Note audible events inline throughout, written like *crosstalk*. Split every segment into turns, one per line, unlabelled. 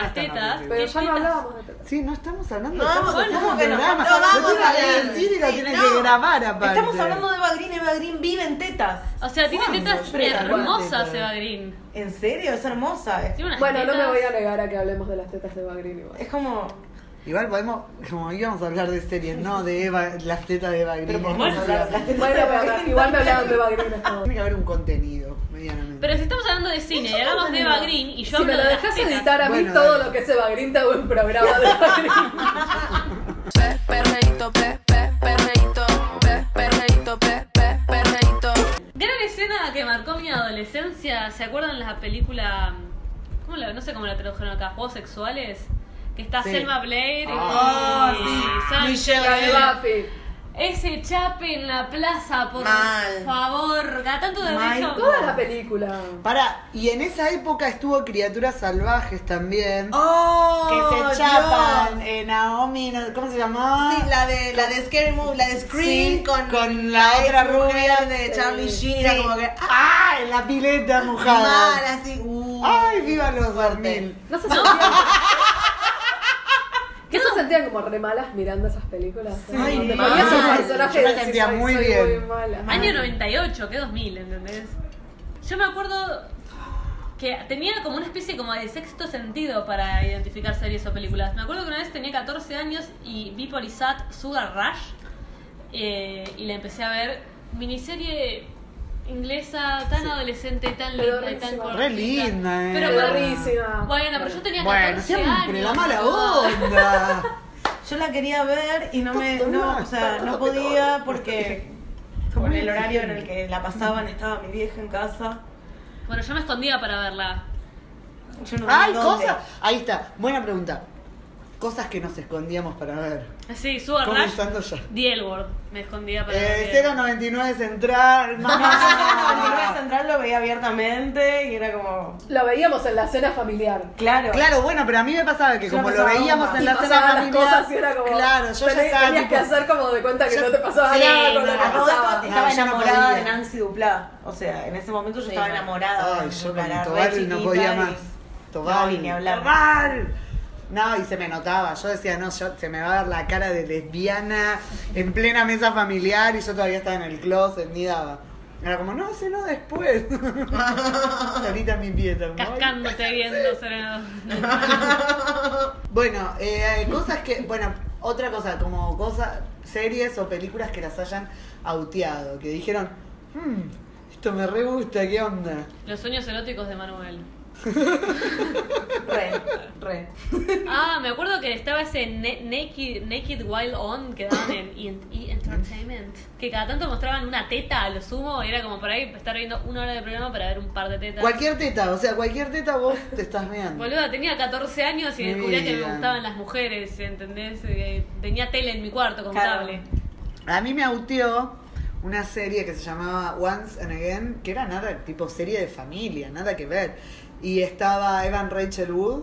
Ah,
tetas.
Pero
¿Qué
ya no
tetas?
hablábamos de tetas.
Sí, no estamos hablando
No,
estamos
bueno,
haciendo
¿cómo que no?
programas.
No,
lo
vamos
tienes
a
que
hablar.
decir y lo tienes
No.
que grabar aparte.
Estamos hablando de Eva Green, Eva Green vive en tetas.
O sea, tiene
¿Cuándo?
tetas
Pero,
hermosas,
¿cuándo?
Eva Green.
¿En serio? Es hermosa. Es,
Tiene unas
Bueno, no me
tetas-
voy a negar a que hablemos de las tetas de Bagrini
*laughs*
igual.
es como.
Igual podemos, como íbamos a hablar de series, no de Eva, las tetas de Eva Green.
podemos
O sea,
hablar de las tetas
Bueno,
de Eva
pero
Green.
igual me hablaron de Bagrini hasta ahora.
Tiene que haber un contenido, medianamente.
Pero si estamos hablando de cine y hablamos de Eva Green y yo
Si
hablo
me lo
de las
dejas
tetas.
editar a mí
Bueno,
todo
dale.
lo que es Bagrini, te hago un programa de
*laughs*
Bagrini.
Pe, perreíto, pe, pe, perreíto, pe, perreíto, pe, pe, perreíto.
Gran escena que marcó mi adolescencia. ¿Se acuerdan la película? ¿Cómo la, no sé cómo la tradujeron acá. Juegos sexuales. Que está
Sí.
Selma Blair y,
Ah,
y
sí.
Sam-
Michelle.
La de Buffy.
Ese chape en la plaza, por
Mal.
favor. Cada tanto de
Mal.
beso.
Toda la película.
Para, y en esa época estuvo Criaturas Salvajes también.
*laughs* ¡Oh!
que
Dios.
se chapan eh, Naomi, no- ¿cómo se llamaba?
Sí, la de, la de Scary Movie, la de Scream
Sí,
con,
con la otra
ex mujer
rubia.
de Charlie
Sí.
Sheen. Era como que. ¡Ah!
¡Ah! En la pileta
Mal,
mojada.
así. Uh,
¡Ay, viva los
Fuerte.
2000!
No se sentían.
*laughs*
¿No se sentían como re malas mirando esas películas?
Sí.
Ay, Donde
mal.
ponías un
Yo
personaje
me
y decís,
sentía
"Ay,
muy
soy
bien".
Muy mala.
Mal.
Año 98, que 2000, ¿entendés? Yo me acuerdo que tenía como una especie como de sexto sentido para identificar series o películas. Me acuerdo que una vez tenía 14 años y vi por ISAT Sugar Rush eh, y la empecé a ver. Miniserie inglesa, tan adolescente, tan
Pero
linda y tan
rarísima.
cortita.
Re linda, eh.
Pero
Qué
bueno,
rarísima.
bueno, pero yo tenía 14
Bueno, siempre
años.
la mala
boludo.
onda.
Yo la quería ver y no me, no, o sea, no podía
*laughs*
porque por el horario en el que la pasaban estaba mi vieja en casa.
Bueno, yo me escondía para verla.
Yo no
¡Ay,
dónde.
cosas! Ahí está, buena pregunta. Cosas que nos escondíamos para ver.
Sí, Sugar Rush,
Comenzando ya.
The L Word. Me escondía para
Eh,
ver.
099 Central,
*laughs*
No, yo en el
mamá.
Central lo veía abiertamente y era como.
Lo veíamos en la cena familiar.
Claro.
Claro, bueno, pero a mí me pasaba que
Yo
como lo
pasaba
veíamos
bomba.
en
Y
la cena
pasaban las
familiar,
cosas y era como.
claro, yo ya
tenés-
estaba
Tenías que
tipo,
hacer como de cuenta que
yo-
no te pasaba
sí,
nada con lo
no,
que
no,
A todo esto
pasaba.
no,
estaba
yo no
enamorada
podía.
de Nancy Duplá. O sea, en ese momento yo
Sí,
estaba
no.
enamorada.
Ay,
de
yo
Duplá,
con
era re
Tobal no
chiquita
podía
y-
más.
No,
Tobal.
y ni hablar.
Tobal. No, y se me notaba. Yo decía, no, yo- se me va a dar la cara de lesbiana en plena mesa familiar y yo todavía estaba en el closet, ni daba. Era como, no, si no,
*laughs*
después. Ahorita en mi pieza. ¿no?
Cascándote viendo Serena.
Bueno, eh, cosas que. Bueno, otra cosa, como cosas, series o películas que las hayan auteado, que dijeron, "Mm, esto me re gusta, ¿qué onda?
Los sueños eróticos de Manuel.
Re, re.
Ah, me acuerdo que estaba ese Ne- Naked, Naked Wild On que daban en E- E! Entertainment. Que cada tanto mostraban una teta a lo sumo. y era como por ahí estar viendo una hora de programa para ver un par de tetas.
Cualquier teta, o sea, cualquier teta vos te estás mirando.
Boluda, tenía 14 años y
Mi
descubrí que me
vida.
gustaban las mujeres, ¿entendés? Eh, Tenía tele en mi cuarto con
Claro.
cable.
A mí me auteó una serie que se llamaba Once and Again, que era nada, tipo serie de familia, nada que ver. Y estaba Evan Rachel Wood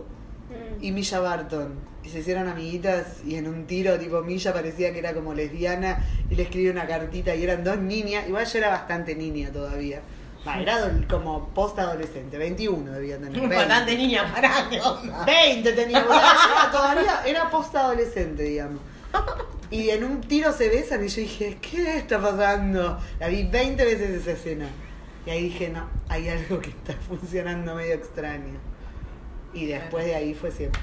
y Milla Barton. Y se hicieron amiguitas y en un tiro, tipo, Milla parecía que era como lesbiana y le escribió una cartita y eran dos niñas. Igual yo era bastante niña todavía. Va, era adol- como post-adolescente, 21 debía tener. 20.
Bastante niña, pará, qué onda.
20 tenía, boludo. Yo era todavía era post-adolescente, digamos. Y en un tiro se besan y yo dije, ¿qué está pasando? La vi 20 veces esa escena. Y ahí dije, no, hay algo que está funcionando medio extraño. Y después de ahí fue siempre,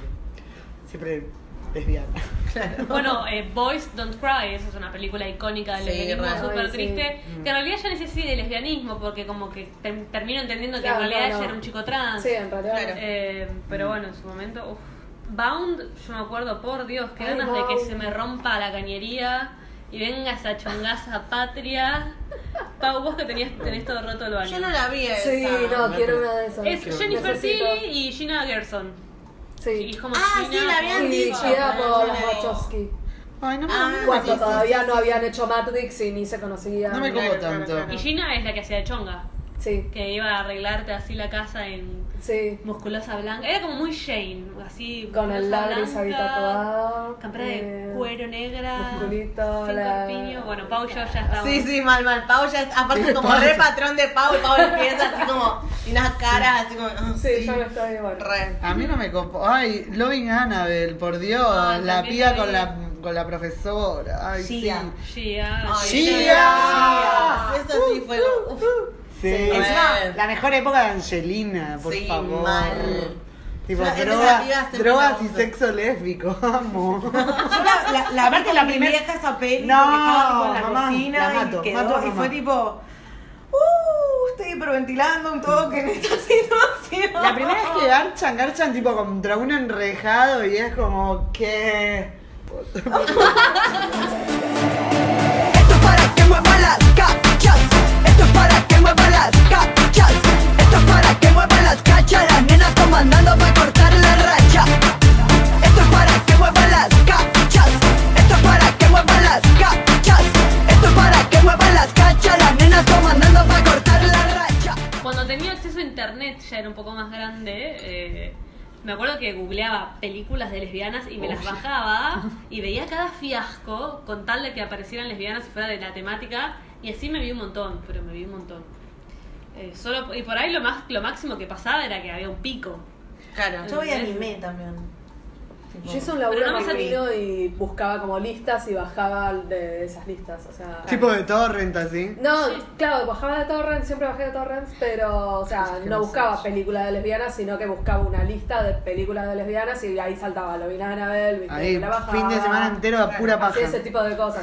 siempre lesbiana.
Bueno, eh, Boys Don't Cry, esa es una película icónica del
Sí, re.
lesbianismo
Ay,
súper
sí. Mm.
triste. Que en realidad ya no sé si de lesbianismo, porque como que ter- termino entendiendo que
Claro,
en realidad
no,
ella
no.
era un chico trans.
Sí, Mm. en realidad.
Claro.
Eh, pero bueno, en su momento. uf. Bound, yo me acuerdo, por Dios, que
Ay,
ganas de que
Bound.
se me rompa la cañería y venga esa chongaza patria. Pau, vos que tenías, tenés todo roto el baño.
Yo no la vi esa.
Sí, no, quiero una de esas.
es Jennifer
Necesito.
Tilly y Gina Gerson. Y
Sí.
como
Ah, sí,
Gina
la habían
por-
Y
dicho.
dirigida
Yo
por
la
las
vi.
Wachowski.
Ay, no me,
Ah,
no me-
Cuando
sí, sí,
todavía
sí,
no
sí.
habían hecho Matrix y ni se conocían.
no me como
Claro, claro,
tanto.
claro.
Y Gina es la que hacía de chonga,
Sí,
que iba a arreglarte así la casa en
sí.
musculosa blanca. Era como muy Shane, así.
Con el
musculosa
labris ahí
blanca,
tatuado.
Campera de
eh,
cuero negra.
musculito,
sin
la-
corpiño. Ah, Bueno, Pau y yo ya estábamos.
Sí, sí, mal, mal. Pau ya, aparte
¿Qué
como
pasa?
re patrón de Pau, y Pau empieza así como,
Y unas caras así como. ah,
Sí, yo no estoy de acuerdo.
Re.
A mí no me copo. Ay, Loving Annabelle, por Dios.
Ah,
la
también
pía
la
con
vi.
la, con la profesora. Ay,
Gia.
Gia.
Ay,
Gia.
Gia. Eso sí fue. uf.
sí. Sí.
Sí,
Encima,
mal.
la mejor época de Angelina, por
Sí,
favor.
mal.
Tipo,
Esa- esa
droga-
tía siempre
drogas
la
y
usa.
sexo lésbico, *laughs*
*laughs*
amo.
Yo la, la, la
Aparte
vi con
la
mi
primer-
vieja esa peli
No,
porque estaba tipo en la
mamá,
cocina
la mato,
y quedó
mato a
y
mamá.
fue tipo uh, estoy hiperventilando un toque en esta *laughs* situación.
La primera vez que garchan, garchan tipo contra un enrejado y es como que.
Esto es para que mueva las cachas. Esto es para que mueva las cachas. Esto es para que mueva las cachas. Las nenas comandando para cortar la racha. Esto es para que mueva las cachas. Esto es para que mueva las cachas. Esto es para que mueva las cachas. Las nenas comandando para cortar la racha.
Cuando tenía acceso a internet, ya era un poco más grande, eh, me acuerdo que googleaba películas de lesbianas y me las bajaba
*laughs*
y veía cada fiasco con tal de que aparecieran lesbianas y fuera de la temática y así me vi un montón, pero me vi un montón. Eh, solo, y por ahí lo, más, lo máximo que pasaba era que había un pico.
Claro. Yo veía anime también.
Yo hice un laburo
Pero no me sale-
camino y buscaba como listas y bajaba de esas listas. O sea.
Tipo de torrent así.
No,
Sí.
claro, bajaba de torrents, siempre bajé de torrents, pero, o sea, no buscaba películas de lesbianas, sino que buscaba una lista de películas de lesbianas y ahí saltaba lo vi a Anabel, viste,
Ahí,
me la bajaba.
fin de semana entero a pura
Hacía
paja.
ese tipo
*laughs*
de cosas.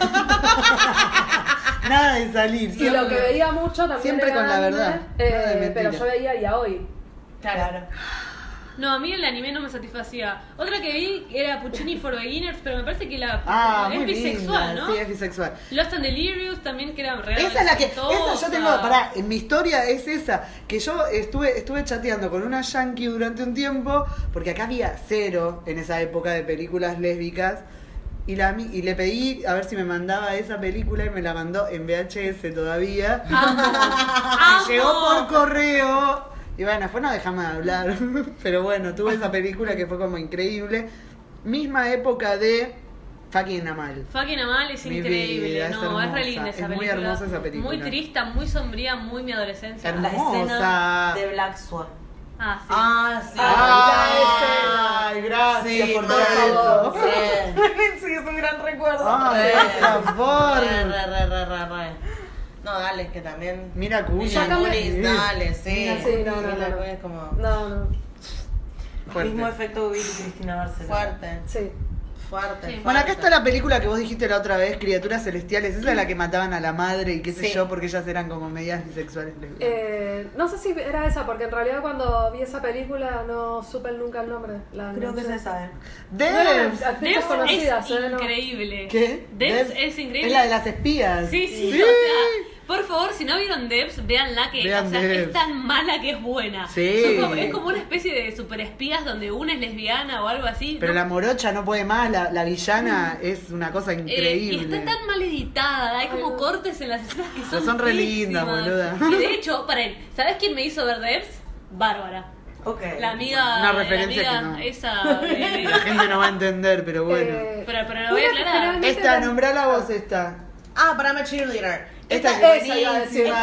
Nada de salir.
y lo que veía mucho también
Siempre
era
con la
anime,
verdad,
eh,
nada de mentira.
pero yo veía ya hoy.
Claro.
No, a mí el anime no me satisfacía. Otra que vi era Puccini for Beginners, pero me parece que la
Ah,
es
muy
bisexual,
linda.
¿no?
Sí, es bisexual.
Lost and Delirious también que era realmente
Esa es la que. Esa
espantosa.
yo tengo. Pará, mi historia es esa. Que yo estuve, estuve chateando con una yankee durante un tiempo. Porque acá había cero en esa época de películas lésbicas. Y, la, mi- y le pedí a ver si me mandaba esa película y me la mandó en VHS todavía.
Amo.
Me llegó por correo. Y bueno, fue una déjame de hablar. *laughs* Pero bueno, tuve esa película que fue como increíble. Misma época de fucking Amal.
Fucking Amal es
Mi
increíble,
vida, es
no, es re
hermosa,
linda esa
es muy
película.
hermosa esa película.
Muy triste, muy sombría, muy mi adolescencia.
Hermosa.
La escena
Hermosa.
de Black Swan.
Ah, sí.
Ah, sí.
Ay, gracias Ah,
Sí,
por
por
todo
favor.
eso.
Sí. *laughs* sí, es un gran recuerdo.
Ay, Ah, por
*laughs*
favor.
Re, re, re, re, re, re. No, dale, que también.
Mira
Mira,
Cuya.
acá me-
Kunis, dale, sí.
Mira, sí, no, no,
Mira,
no, no.
Kunis como
No, no,
Mismo
Fuerte.
efecto Bill y Cristina Barcelona. Fuerte,
sí.
fuerte.
Sí.
Bueno, acá está la película que vos dijiste la otra vez, Criaturas Celestiales. Esa es la que mataban a la madre y qué sé
Sí.
yo, porque ellas eran como medias bisexuales. lesbianas.
Eh, no sé si era esa, porque en realidad cuando vi esa película no supe nunca el nombre. La
Creo que
no
se
sé.
sabe.
No eran
Devs.
actrices
Devs
conocidas,
es
¿eh? No.
increíble.
¿Qué?
Devs
Devs.
es increíble.
Es la de las espías.
Sí, sí, o sea, por favor, si no vieron Devs, véanla que
Vean
o sea,
Devs.
es tan mala que es buena.
Sí.
Son como- es como una especie de superespías donde una es lesbiana o algo así.
Pero
No,
la morocha no puede más, la, la villana es una cosa
eh,
increíble.
y está tan mal editada, hay como
Ay, no.
cortes en las escenas que son
son re lindas,
pésimas.
boluda.
Y de hecho, para él, ¿sabes quién me hizo ver Devs? Bárbara.
Ok.
La amiga.
Una referencia
la
que
amiga
no.
Esa. eh,
La gente no va a entender, pero bueno.
Eh,
pero, pero lo
una
voy a
que
aclarar.
generalmente
esta,
era-
nombrá la voz esta.
Ah, para I'm a cheerleader.
Esta
Esta-
que
esa iba a
es
decir.
buenísima.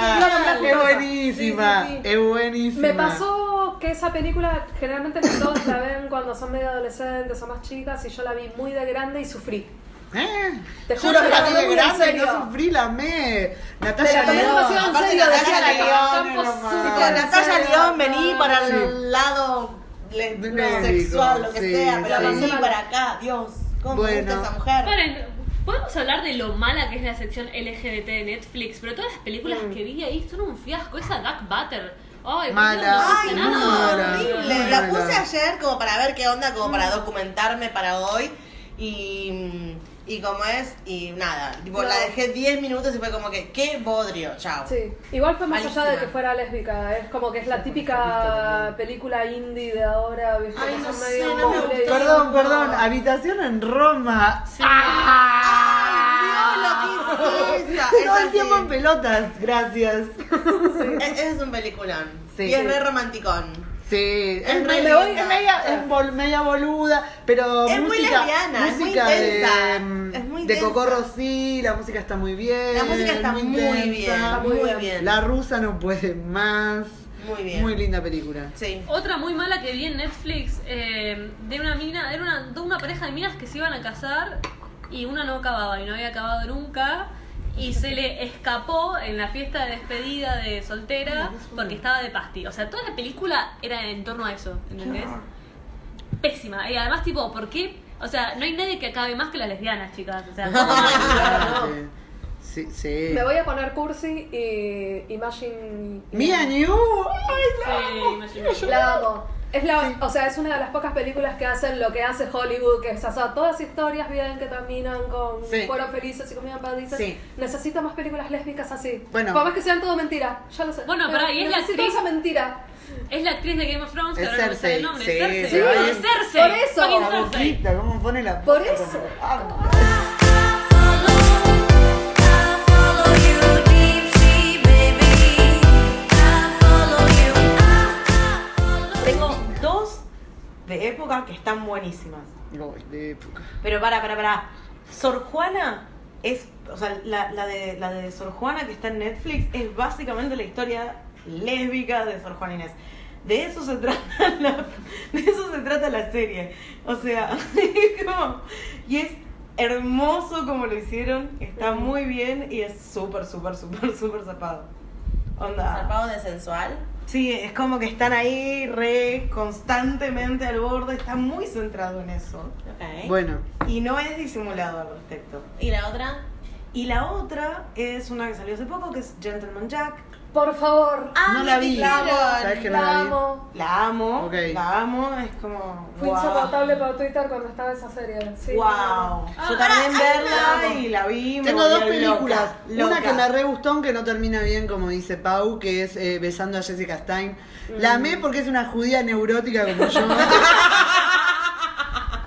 Es
Es
buena,
buenísima.
Sí, sí,
Es buenísima.
Me pasó que esa película generalmente no todos la ven cuando son medio adolescentes o más chicas y yo la vi muy de grande y sufrí.
¿Eh?
Te
Yo
juro que
la
la
vi
tomé
de
muy en
grande,
serio.
no sufrí, la amé.
Me
Natalia
la tomé
León.
demasiado en
aparte
serio,
Natalia
decía la
León,
Campos
hermano.
Sur,
Tipo, Natalia
serio,
León, vení
no,
para
no, no.
el lado le-
De
no,
médico,
sexual, lo que
sí,
sea, pero
sí.
vení para acá. Dios, cómo me
Bueno.
gusta esa mujer.
Paren, podemos hablar de lo mala que es la sección LGBT de Netflix, pero todas las películas
Mm.
que vi ahí son un fiasco. Esa Duck Butter. Ay,
Mala.
Ay,
no,
no,
no, no,
Mala.
no, no, no,
horrible.
no.
La puse ayer como para ver qué onda, como
Mm.
para documentarme para hoy. Y, y como es, y nada. Tipo,
No.
La dejé 10 minutos y fue como que, qué bodrio, chao.
Sí, igual fue más allá de
Malísima.
que fuera lésbica, es como que es la típica película indie de ahora, ¿viste?
Ay,
Que
no
son
sé,
medio
no me
nobles.
gustó.
Perdón, perdón. Habitación en Roma.
Dios, lo que hice, esa,
Ah. *laughs* Todo el
sí.
tiempo en pelotas. Gracias.
Es, es un peliculón.
Sí.
Y es re romanticón.
Sí, es,
Es
re-
medio-
es media, es bol- media boluda, pero
Es muy
música,
lesbiana, es muy
música de,
intensa,
mm,
es muy
de
intensa.
Cocorro sí, la música está muy bien.
La música está muy,
intensa.
bien,
muy
muy
bien.
bien.
La rusa no puede más.
Muy bien.
Muy linda
*laughs*
película.
Sí.
Otra muy mala que vi en Netflix eh, de una mina, era una, de una pareja de minas que se iban a casar y una no acababa y no había acabado nunca y se le escapó en la fiesta de despedida de soltera porque estaba de pasti. O sea, toda la película era en torno a eso, ¿entendés? Pésima. Y además, tipo, ¿por qué? O sea, no hay nadie que acabe más que las lesbianas, chicas.
*laughs*
O sea, todo mal.
Claro,
Sí, sí.
Me voy a poner cursi y Imagine...
Me and you.
Sí, imagínate.
*laughs* La amo. Es la, O sea, es una de las pocas películas que hacen lo que hace Hollywood, que es hacer todas historias bien que terminan con
Sí.
fueron felices y comían perdices.
Sí.
Necesito más películas lésbicas así.
Bueno.
Por más que sean todo mentira, ya lo sé.
Bueno,
Pero
pará, y es la
necesito
actriz-
esa mentira.
Es la actriz de Game of Thrones, que
Es
ahora no me sale el
Cersei,
nombre.
sí,
Cersei.
sí.
Ay,
Sí,
Cersei.
por eso.
Fucking
La
Cersei.
boquita, cómo pone la
Por
boca,
eso.
como- Ah.
Tengo dos de época que están buenísimas.
No, es de época.
Pero para, para, para. Sor Juana es. O sea, la, la de, la de Sor Juana que está en Netflix es básicamente la historia lésbica de Sor Juana Inés. De eso se *laughs* trata la, de eso se trata la serie. O sea, *laughs* es como- y es hermoso como lo hicieron, está muy bien y es súper, súper, súper, súper zapado. Onda.
Zarpado de sensual.
Sí, es como que están ahí re constantemente al borde, está muy centrado en eso.
Ok.
Bueno,
Y no es disimulado al respecto.
¿Y la otra?
Y la otra es una que salió hace poco, que es Gentleman Jack.
Por favor.
no la vi.
la amo.
Ah, ¿Sabes que no la vi?
amo.
La amo,
Ok.
la amo, es como.
Fui
wow.
insoportable para Twitter cuando estaba esa serie. Sí.
Wow. Yo también verla y la vi. me
Tengo dos
volví
películas.
loca, loca.
Una que me re gustó, aunque no termina bien, como dice Pau, que es eh, Besando a Jessica Stein.
Mm.
La amé porque es una judía neurótica como yo.
*laughs*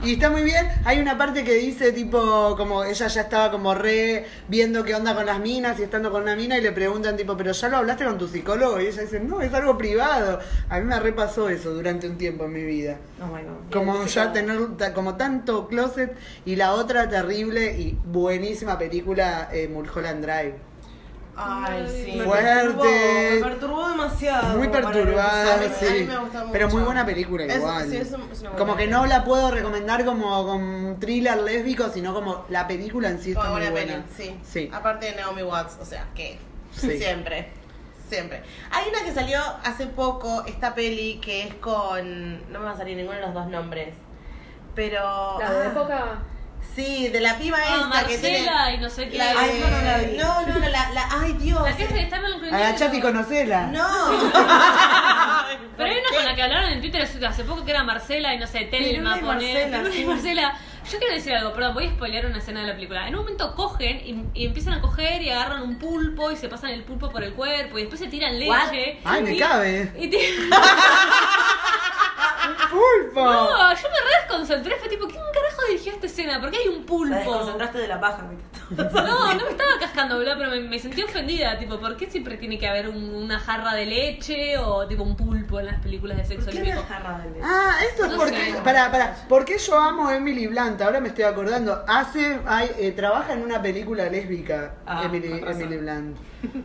Y está muy bien, hay una parte que dice tipo, como ella ya estaba como re viendo qué onda con las minas y estando con una mina y le preguntan tipo, pero ya lo hablaste con tu psicólogo y ella dice, no, es algo privado. A mí me repasó eso durante un tiempo en mi vida
Oh my god.
como ya tener ta- como tanto closet y la otra terrible y buenísima película eh, Mulholland Drive
Ay, sí.
Me Fuerte.
perturbó, Me perturbó demasiado.
muy
para
perturbada
revisar.
sí
A mí me gusta
pero
mucho.
muy buena película
Es-
igual
sí, es un- es una buena
como que no la puedo recomendar como con thriller lésbico sino como la película en sí está
Como
muy
buena
buena
peli, sí. Ah,
sí
Aparte de Naomi Watts, o sea, que
Sí.
siempre, siempre. Hay una que salió hace poco, esta peli, que es con... No me va a salir ninguno de los dos nombres, pero...
La de
ah,
época.
Sí, de la piba
Ah,
esta que tiene...
Marcela y no sé qué.
La de-
Ay, no, no la vi.
no, no, no, la, la- Ay, Dios.
La que es de está mal incluida.
agachate y conocela
No.
Pero hay una con la que hablaron en Twitter hace poco que era Marcela y no sé, Telma,
Pirula y
poné,
Marcela,
Pirula y
sí.
Marcela. Yo quiero decir algo, perdón, voy a spoilear una escena de la película. En un momento cogen y, y empiezan a coger y agarran un pulpo y se pasan el pulpo por el cuerpo y después se tiran leche.
What?
ay me
Y-
cabe
y ti-
pulpo
No, yo me re desconcentré, fue tipo, ¿quién carajo dirigió esta escena? Porque hay un
*laughs* La
pulpo.
desconcentraste de la paja. mi tata.
No, no me estaba cascando, boludo, pero me, me sentí ofendida. Tipo, ¿por qué siempre tiene que haber un- una jarra de leche o tipo un pulpo en las películas de
¿Por
sexo
qué
lésbico?
una jarra de leche?
Ah, esto es
No
porque.
sé.
Pará, pará. ¿Por qué yo amo a Emily Blunt? Ahora me estoy acordando. Hace. hay- eh, trabaja en una película lésbica,
Ah,
Emily,
con razón.
Emily Blunt.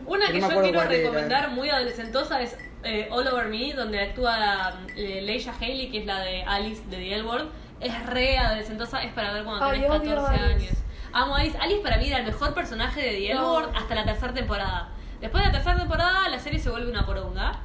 Una
No
que
me
yo
acuerdo
quiero
cuál era.
recomendar muy adolescentosa es eh, All Over Me, donde actúa eh, Leisha Haley, que es la de Alice de The L Word. Es re adolescentosa, es para ver cuando
Ay,
tenés
odio a
14
Alice.
años. Amo a Alice. Alice para mí era el mejor personaje de The L
No.
Word hasta la tercera temporada. Después de la tercera temporada, la serie se vuelve una poronga.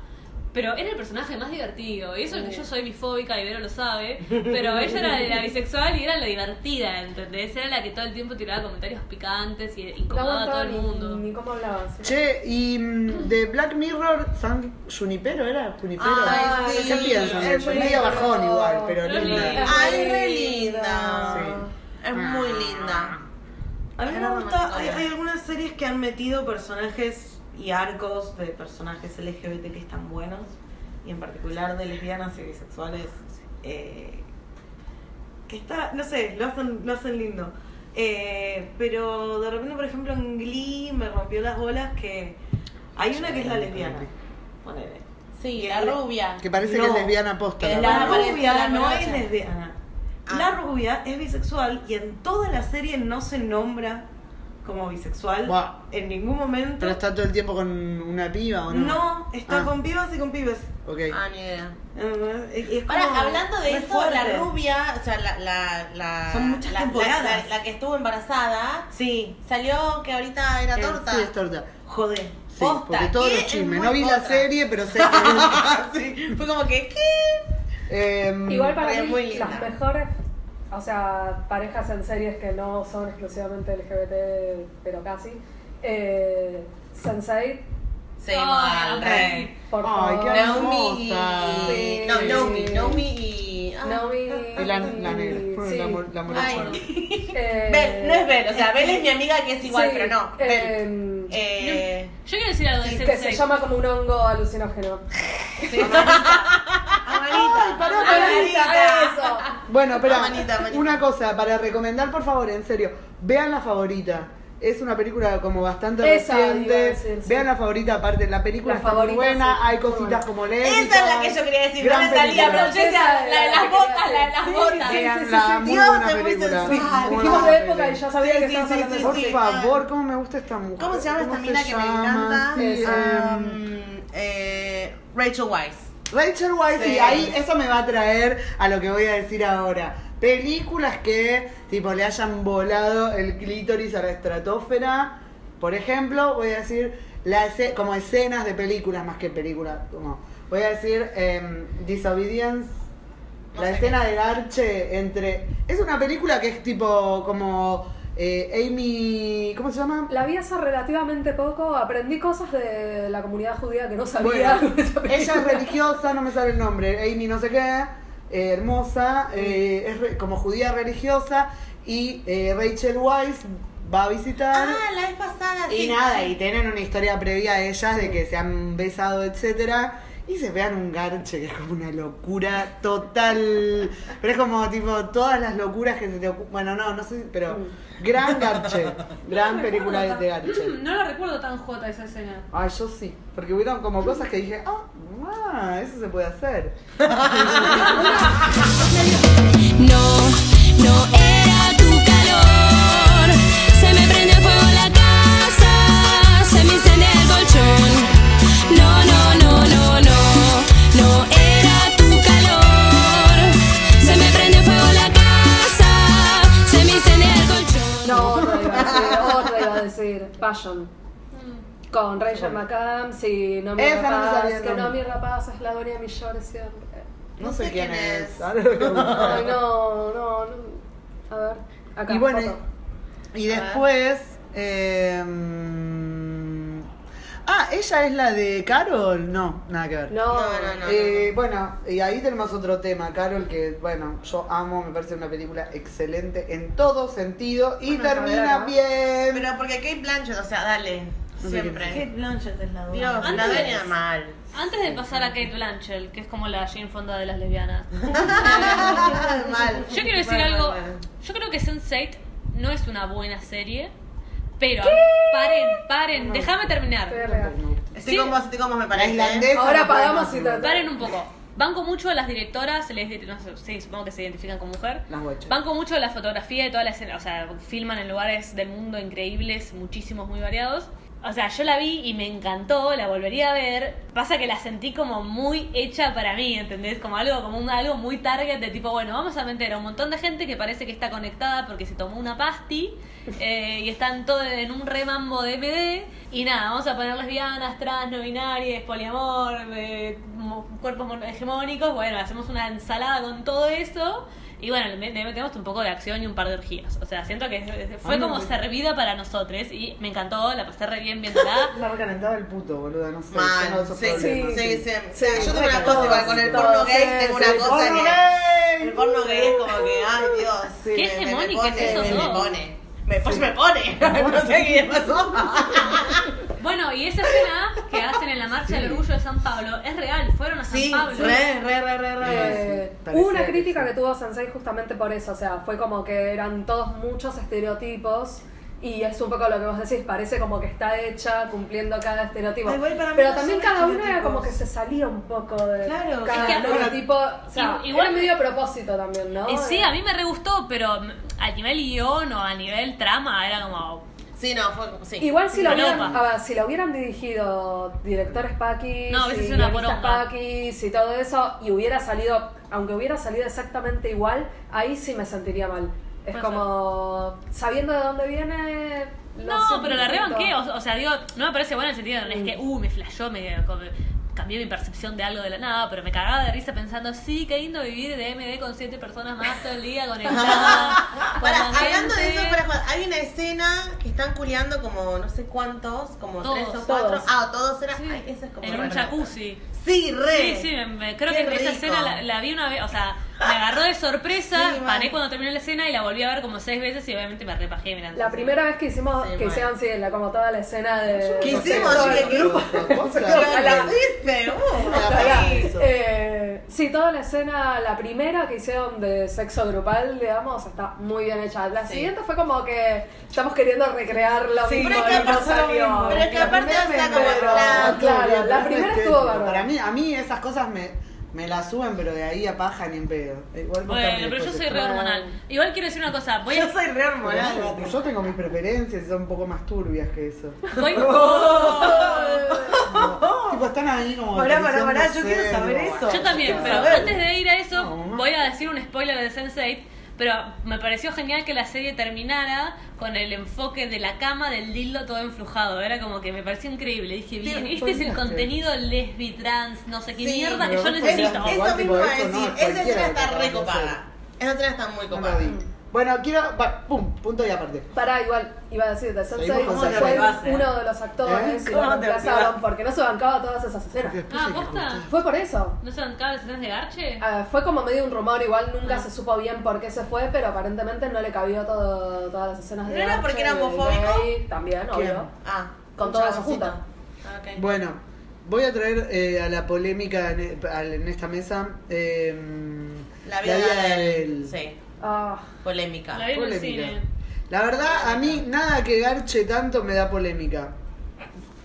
Pero era el personaje más divertido. Y eso es que yo soy bifóbica, Ibero lo sabe. Pero ella era de
*laughs*
la bisexual y era la divertida, ¿entendés? Era la que todo el tiempo tiraba comentarios picantes y
No
incomodaba a todo
aguantaba
el
ni,
mundo.
ni cómo hablabas.
Che, y mm, de Black Mirror, San Junipero era? ¿Junipero?
Ay,
¿Qué
sí,
piensan?
es
Yo
muy
medio
lindo.
bajón igual, pero
Pero
linda.
lindo.
Ay, re linda.
Sí.
Es muy linda.
A mí me
Era
gusta,
romántico,
hay,
era.
hay algunas series que han metido personajes y arcos de personajes LGBT que están buenos, y en particular de lesbianas y bisexuales, eh, que está, no sé, lo hacen, lo hacen lindo. Eh, pero de repente, por ejemplo, en Glee me rompió las bolas que hay una que es la lesbiana. Ponele.
Sí,
Y
la
el-
rubia.
Ah, Que parece
No.
que es lesbiana posta.
Que
la
es
verdad.
La
Bueno,
rubia
parece la
no es
morocha.
lesbiana.
Ah.
La rubia es bisexual y en toda la serie no se nombra como bisexual
Buah.
en ningún momento.
Pero está todo el tiempo con una piba o no?
No, está
Ah.
con pibas y con pibes.
Ok.
Ah, ni idea.
Y es
Ahora,
como
hablando de
re
eso,
fuerte.
la rubia, o sea, la, la, la,
Son muchas
la-
temporadas.
la- la- la que estuvo embarazada,
Sí,
salió que ahorita era
Eh,
torta.
Sí, es torta.
joder.
Sí,
Posta,
porque todos
¿qué
los chismes.
es
No vi la
potra?
serie, pero
*laughs*
sé que.
Sí, Fue como que, ¿qué?
Em,
Igual para
Estaría
mí,
muy linda.
las mejores, o sea, parejas en series que no son exclusivamente LGBT, pero casi, eh, Sense8,
Sí,
Ay,
mal,
ok.
re.
por
Ay,
favor.
qué
Naomi
hermosa.
y... No, Naomi, Naomi y... ah,
Naomi.
Y la, la negra. Bueno,
sí.
la, mo- la
Ay.
morocha.
Eh,
Bel, no es Bel, o sea, Bel es mi
Eh,
amiga que es igual,
sí,
pero no, Bel.
em,
eh,
Eh,
Yo quiero decir algo de
que se
Sense8.
llama como un hongo alucinógeno.
sí, Amanita. Amanita. Amanita.
Ah, Eso.
Bueno, pero
Ah, Manita, manita.
una cosa para recomendar, por favor, en serio, vean la favorita. Es una película como bastante
Esa iba a
reciente.
decir, sí.
Vean la favorita aparte, la película
La
está muy
favorita,
buena,
sí.
hay
Muy buena.
cositas como lésbicas.
Esa es la que yo quería decir, no
Gran
me salía,
película.
pero yo decía, la de las botas, la de las botas.
Véanla,
sí, sí,
muy
Dios,
buena
es muy
película.
sensual.
Muy
Dijimos
buena
de época y
peli.
ya sabía
Sí,
que
sí,
estabas
sí,
hablando
sí,
de
Por
sí.
favor, cómo me gusta esta mujer.
¿Cómo se llama esta
¿Cómo
mina
se
que me
llama?
encanta?
Sí, em,
Um, eh, Rachel Weisz.
Rachel Weisz,
Sí.
y ahí eso me va a traer a lo que voy a decir ahora. Películas que, tipo, le hayan volado el clítoris a la estratosfera. Por ejemplo, voy a decir, la esce- como escenas de películas, más que películas, como, voy a decir em, Disobedience.
No
la
sé
escena del arche entre... Es una película que es tipo como eh, Amy... ¿Cómo se llama?
La vi hace relativamente poco, aprendí cosas de la comunidad judía que no sabía.
Bueno,
*laughs*
*laughs*
con
Ella
esa
es
película.
religiosa, no me sale el nombre, Amy no sé qué, eh, hermosa, eh, es re- como judía religiosa y eh, Rachel Weisz va a visitar.
Ah, la vez pasada, sí.
y nada,
sí.
y tienen una historia previa a ellas de que se han besado, etcétera. Y se vean un garche que es como una locura total. Pero es como tipo todas las locuras que se te ocurren. Bueno, no, no sé, pero
Mm.
gran garche.
*laughs*
Gran película de, de
*clears throat*
garche.
Mm, *laughs* No la recuerdo tan jota esa escena.
Ay, yo sí. Porque hubieron como cosas que dije, ah, ah, eso se puede hacer.
No, no era tu calor. Se me prende fuego la casa, se me incendia el colchón. No, no, no, no, no, no era tu calor. Se me prende fuego la casa, se me incendia el colchón.
No, otra iba a decir, otra iba a decir. Passion.
Mm.
Con Rachel McAdams y No mi
Esa no me
rapaz,
sabía el
que no
nombre.
mi rapaz es la dueña de mis llores siempre.
No, sé quién, es.
*laughs* Ay, no, no, no. A ver, acá.
y bueno, eh.
foto.
y después. em, ah, ella es la de Carol. No, nada que ver.
No,
No, no, no.
Eh, Bueno, y ahí tenemos otro tema, Carol, que bueno, yo amo, me parece una película excelente en todo sentido y
Bueno,
termina
Carol, ¿no?
bien.
Pero porque Kate Blanchett, o sea, dale,
No sé
Kate
siempre.
Blanchett es la duda.
Dios, la
Antes-
venía mal.
Antes de pasar a Kate Blanchett, que es como la Jane Fonda de las lesbianas.
mal.
Yo quiero decir
Mal, mal,
algo.
mal.
Yo creo que Sense8 no es una buena serie, pero paren, paren, déjame terminar.
estoy real.
Estoy
Sí.
con vos, estoy con vos, me
La
parece.
islandesa.
Ahora
no puede
pagamos
más,
y
¿no?
tal.
Paren un poco. Banco mucho a las directoras, se les, no sé, sí, supongo que se identifican con mujer.
Las guachas.
Banco mucho la fotografía y toda la escena, o sea, filman en lugares del mundo increíbles, muchísimos, muy variados. O sea, yo la vi y me encantó, la volvería a ver. Pasa que la sentí como muy hecha para mí, ¿entendés? Como algo, como un, algo muy target de tipo, bueno, vamos a meter a un montón de gente que parece que está conectada porque se tomó una pasti eh, y están todos en un remambo de PD. Y nada, vamos a poner lesbianas, trans, no binarias, poliamor, eh, mo- cuerpos mono- hegemónicos. Bueno, hacemos una ensalada con todo eso. Y bueno, le le metemos un poco de acción y un par de orgías. O sea, siento que es- es- fue
Ah, no,
como
no.
servida para nosotros y me encantó, la pasé re bien
*laughs*
viéndola.
La recalentaba el puto, boluda, no sé. tengo
Mal,
esos
Ah, sí, sí,
problemas,
sí, sí. O
Sí,
sea, yo tengo una
todos,
cosa igual con el
todos,
porno gay,
sí,
tengo una
sí,
cosa
¡Porno
que...
gay!
El porno gay es como que, ay Dios.
Qué
me- me- me
hegemónico
pone,
es eso,
me- Me
¿no?
pone. Me, pues me pone. *laughs* no sé qué le pasó.
*laughs* Bueno, y esa escena que hacen en la marcha del orgullo de San Pablo es real, fueron a San
Sí,
Pablo.
re, re, re, re, re.
Sí,
Eh, hubo
parecía
una
que
crítica
sí.
que tuvo Sensei justamente por eso, o sea, fue como que eran todos muchos estereotipos y es un poco lo que vos decís, parece como que está hecha cumpliendo cada estereotipo.
Ay, Ah, igual para mí
Pero
no
también
son
cada uno era
estereotipos.
como que se salía un poco de
Claro,
cada
es que-
estereotipo, o sea,
I- igual-
era medio a propósito también, ¿no?
Y Eh, sí,
Era-
a mí me re gustó, pero a nivel guión o a nivel trama era como...
Sí, no, fue sí.
Igual si lo, hubieran,
Falopa.
a ver, si lo hubieran dirigido directores Paquis,
No, hubiese
y
sido una
guionistas
poronga.
Paquis y todo eso, y hubiera salido, aunque hubiera salido exactamente igual, ahí sí me sentiría mal. Es
Puede
como, sabiendo de dónde viene... lo
No,
siento
pero la
un poquito.
rebanqué, o, o sea, digo, no me parece buena en el sentido, no es
Mm.
que, uh, me flashó, me, como- cambió mi percepción de algo de la nada, pero me cagaba de risa pensando, sí, qué lindo vivir de MD con siete personas más todo el día
*laughs*
conectadas. con
Pará,
la
hablando de
gente".
eso, pará, pará, hay una escena que están culeando como no sé cuántos, como
Todos,
tres o cuatro.
todos.
Ah, todos eran.
Sí,
Ay, esa es como
en un
rara.
jacuzzi.
Sí,
Sí,
re.
sí, me- me- creo
Qué
que esa
rico.
escena la, la vi una vez, o sea, me agarró de sorpresa,
Sí, mal.
paré cuando terminó la escena y la volví a ver como seis veces y obviamente me repajé mirando.
La primera vez que hicimos,
Sí,
que
mal.
hicieron, sí, la- como toda la escena de...
¿Qué
no sé,
hicimos?
todo
Sí,
el
que-
grupo.
*laughs*
Ojalá. ¿Viste? Uh,
Pará,
ojalá.
eh, sí, toda la escena, la primera que hicieron de sexo grupal, digamos, está muy bien hecha. La
Sí.
siguiente fue como que estamos queriendo recrear lo
Sí,
mismo
pero es que
y no
pasó lo mismo.
salió.
Pero es que
La
aparte
primera
está
me
como
enteró.
la-
Ah, Claro, la primera estuvo bárbara.
este, Para mí, a mí esas cosas me, me las suben, pero de ahí a paja ni en pedo. Eh, Igual vos
Bueno,
también,
pero yo
José.
soy re hormonal. Igual quiero decir una cosa, voy a...
Yo soy re hormonal.
Pero Yo tengo mis preferencias, son un poco más turbias que eso.
*laughs*
voy-
Oh.
Como, tipo, están ahí como.
Pará, pará, pará, yo
acariciándose,
quiero saber
como,
eso.
Yo también, pero
saber.
antes de ir a eso,
No, no.
voy a decir un spoiler de Sense8, pero me pareció genial que la serie terminara con el enfoque de la cama del dildo todo enflujado. Era como que me pareció increíble. Dije, bien, este es el
spoileaste.
contenido lesbi, trans, no sé qué
Sí,
mierda que
pero
yo
vos
necesito.
podés-
Eso, eso
Igual, tipo,
mismo iba a
eso no,
decir. Esa
cualquiera
escena está
capaz de
re
hacer.
copada. Esa escena está muy
No lo
copada.
vi. Bueno, quiero. va, pum, punto y aparte.
Pará, igual, iba a decir, de Sensei
Seguimos con
fue
Sensei.
uno de los actores
¿Eh?
y lo
¿Cómo te
reemplazaron
olvidás?
porque no se bancaba todas esas escenas.
Ah, ¿posta?
Fue por eso.
¿No se bancaban las escenas de Garche?
Ah, fue como medio un rumor, igual nunca se supo bien por qué se fue, pero aparentemente no le cabió todo, todas las escenas de
¿No era
Archer
porque era
y de
homofóbico?
gay, También, obvio.
Ah,
Con
un
todo eso
chaboncito.
junto.
Ah, ok.
Bueno, voy a traer eh, a la polémica en, e, al- en esta mesa. eh,
La vida,
del-
del... Sí,
Ah,
polémica.
La vi en el
polémica.
cine.
La verdad, a mí nada que garche tanto me da polémica.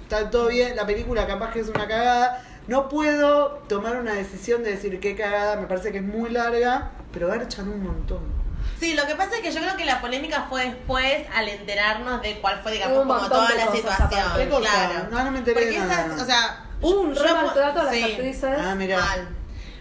Está todo bien, la película capaz que es una cagada. No puedo tomar una decisión de decir qué cagada, me parece que es muy larga, pero garchan un montón.
Sí, lo que pasa es que yo creo que la polémica fue después al enterarnos de cuál fue, digamos,
Hubo un
como
montón
toda
de
la
cosas
situación.
aparte.
¿Qué cosa?
Claro.
No, no me enteré
Porque
de nada.
esas, o sea,
hubo un
yo
re
fue-
maltrato a las
sí,
actrices.
Ah, mira.
mal.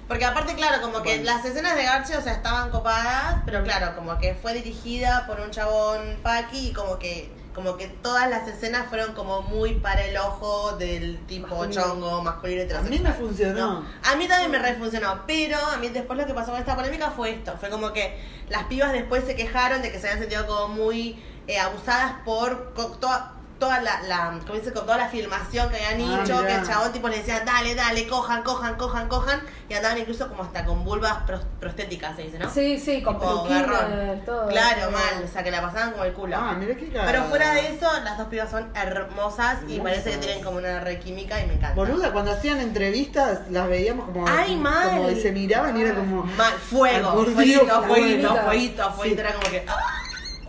Porque aparte, claro, como que las escenas de Garche, o sea, estaban copadas, pero claro, como que fue dirigida por un chabón Paqui y como que como que todas las escenas fueron como muy para el ojo del tipo
Masculino.
chongo, masculino
A
heterosexual.
mí me funcionó.
A mí también me refuncionó, pero a mí después lo que pasó con esta polémica fue esto, fue como que las pibas después se quejaron de que se habían sentido como muy eh, abusadas por co- toda, toda la, la- ¿cómo dice? con toda la filmación que habían
Ah,
hecho, que
mirá.
el chabón tipo le decía, dale, dale, cojan, cojan, cojan, cojan, y andaban incluso como hasta con vulvas pros- prostéticas, se dice, ¿no?
Sí, sí, con
Tipo, garrón.
peluquines, todo.
Claro,
Eh,
mal, o sea que la pasaban como el culo.
Ah, mira qué cagada.
pero fuera de eso, las dos pibas son hermosas y
Hermosas.
parece que tienen como una re química y me encanta.
Boluda, cuando hacían entrevistas las veíamos como.
Ay, mal.
Como y se miraban y era como.
Mal, fuego,
Ay, por
fueguito,
Dios,
fueguito,
fueguito.
fueguito, fueguito,
Sí.
era como que. ¡ah!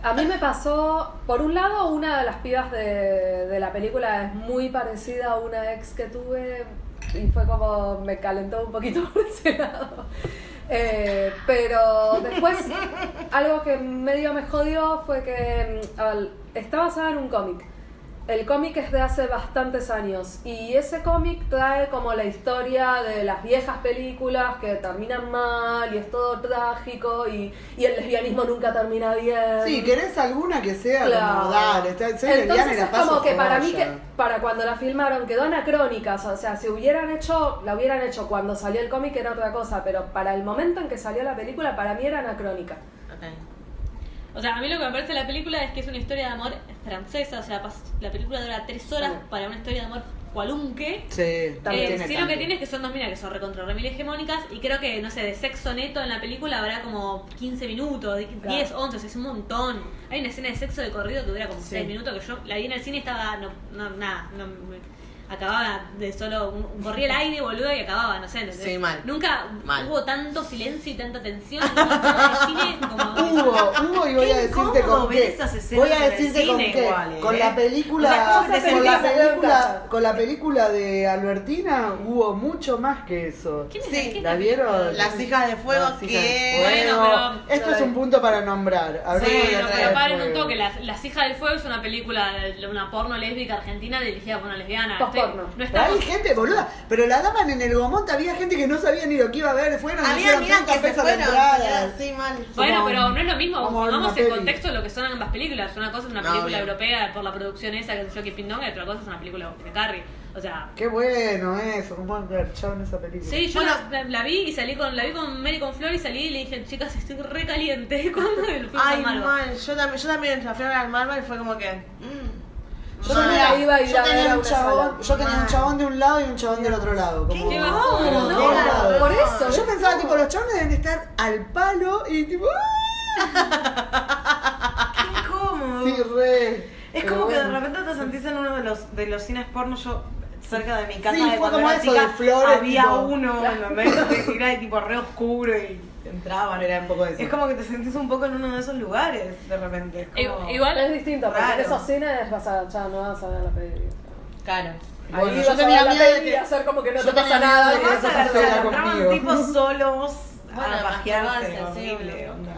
A mí me pasó, por un lado, una de las pibas de, de la película es muy parecida a una ex que tuve y fue como, me calentó un poquito *laughs* por ese lado. Eh, pero después, algo que medio me jodió fue que mm, al- está basada en un cómic. El cómic es de hace bastantes años y ese cómic trae como la historia de las viejas películas que terminan mal y es todo trágico y, y el lesbianismo nunca termina bien.
Sí, ¿querés alguna que sea
Claro.
como dale? Está, soy lesbiana y
Entonces
la
es
paso
como que para
joya.
mí, que para cuando la filmaron quedó anacrónica, o sea, si hubieran hecho, la hubieran hecho cuando salió el cómic era otra cosa, pero para el momento en que salió la película para mí era anacrónica.
O sea, a mí lo que me parece de la película es que es una historia de amor francesa. O sea, pas- la película dura tres horas para una historia de amor cualunque.
Sí,
Eh,
tiene
sí, lo que
tanto.
tiene
*laughs*
es que son dos minas que son recontra remil hegemónicas y creo que, no sé, de sexo neto en la película habrá como 15 minutos, de- 10,
Claro.
11, o sea, es un montón. Hay una escena de sexo de corrido que dura como 6 minutos que yo la vi en el cine y estaba, no, no, nada, no, me- acababa de solo, un- corría el aire, boludo, y acababa, no sé, ¿entendés?
Sí, mal.
Nunca
Mal.
Uh,
hubo tanto silencio y tanta tensión en una escena de cine como...
Hubo, hubo y voy
Qué
a decirte
incómodo
con
ver
qué.
esas escenas
Voy
en
a
el
decirte con
cine
qué.
igual,
con
¿eh?
la película,
O sea, ¿cómo se te
con la
sentís?
película, con la película de Albertina hubo mucho más que eso.
¿Quién es
Sí,
el- quién es
¿La
el-
vieron?
Las hijas de fuego
Las hijas
que-
de fuego.
Bueno, pero-
Esto es un punto para nombrar. Hablemos de
Sí,
las
no,
hijas
pero
de
paren un
fuego.
toque. Las, Las Hijas del Fuego es una película, de- una porno lésbica argentina dirigida por una lesbiana. Estoy-
Posporno.
No
Hay
estamos...
gente boluda, pero la daban en el Gomont, había gente que no sabía ni lo que iba a ver, fueron y
Había
hicieron
minas
30
que se
pesos de
fueron.
entrada.
señora, Sí, mal.
Bueno,
Como-
pero no es lo mismo.
como en
Pongamos
una
en
peli.
contexto lo que son ambas películas. Una cosa es una
No,
película
obvio.
europea por la producción esa, que sé yo, que pindonga, y otra cosa es una película de Carrie. O sea,
Qué bueno eso, cómo engarcharon esa película.
Sí, yo
Bueno.
la, la- la vi y salí con, la vi con Mary con Flor y salí y le dije, chicas, estoy re *laughs* caliente. cuando el
Ay, mal. Yo también, yo también la fui a ver al Marvel y fue como que. mm.
Yo
Mal.
tenía,
iba a ir
yo
a ver
tenía
a
un
una
chabón,
sola.
yo tenía un
Mal.
chabón de un lado y un chabón del otro lado. Como,
Qué
como
bajón,
de los
no,
dos lados.
por eso. ¿eh?
Yo pensaba tipo los chabones deben estar al palo y tipo ¡ah!
Qué incómodo.
sí re.
Es
Pero
como que de
bueno.
repente te sentís en uno de los, de los cines porno, yo cerca de mi casa
Sí,
de
fue
cuando
como
era
eso,
chica,
de flores,
había
tipo-
uno en la mesa que era tipo re oscuro y entraban.
Era un poco eso.
Es como que te sentís un poco en uno de esos lugares de repente. es como-
Igual,
Es distinto, porque
Raro.
en esos cines vas a, ya no vas a ver la peli.
Claro.
Bueno,
Ahí
yo
vas a
tenía
ver la
miedo de
peli y
que-
hacer como que no
yo
te
tenía
pasa
miedo
nada.
de
y
que
Además,
eso
esa
se
sola
entraban
conmigo.
tipos *laughs* solos
Bueno,
a pajearse,
masturbarse, sí,
horrible.
boludo.
onda.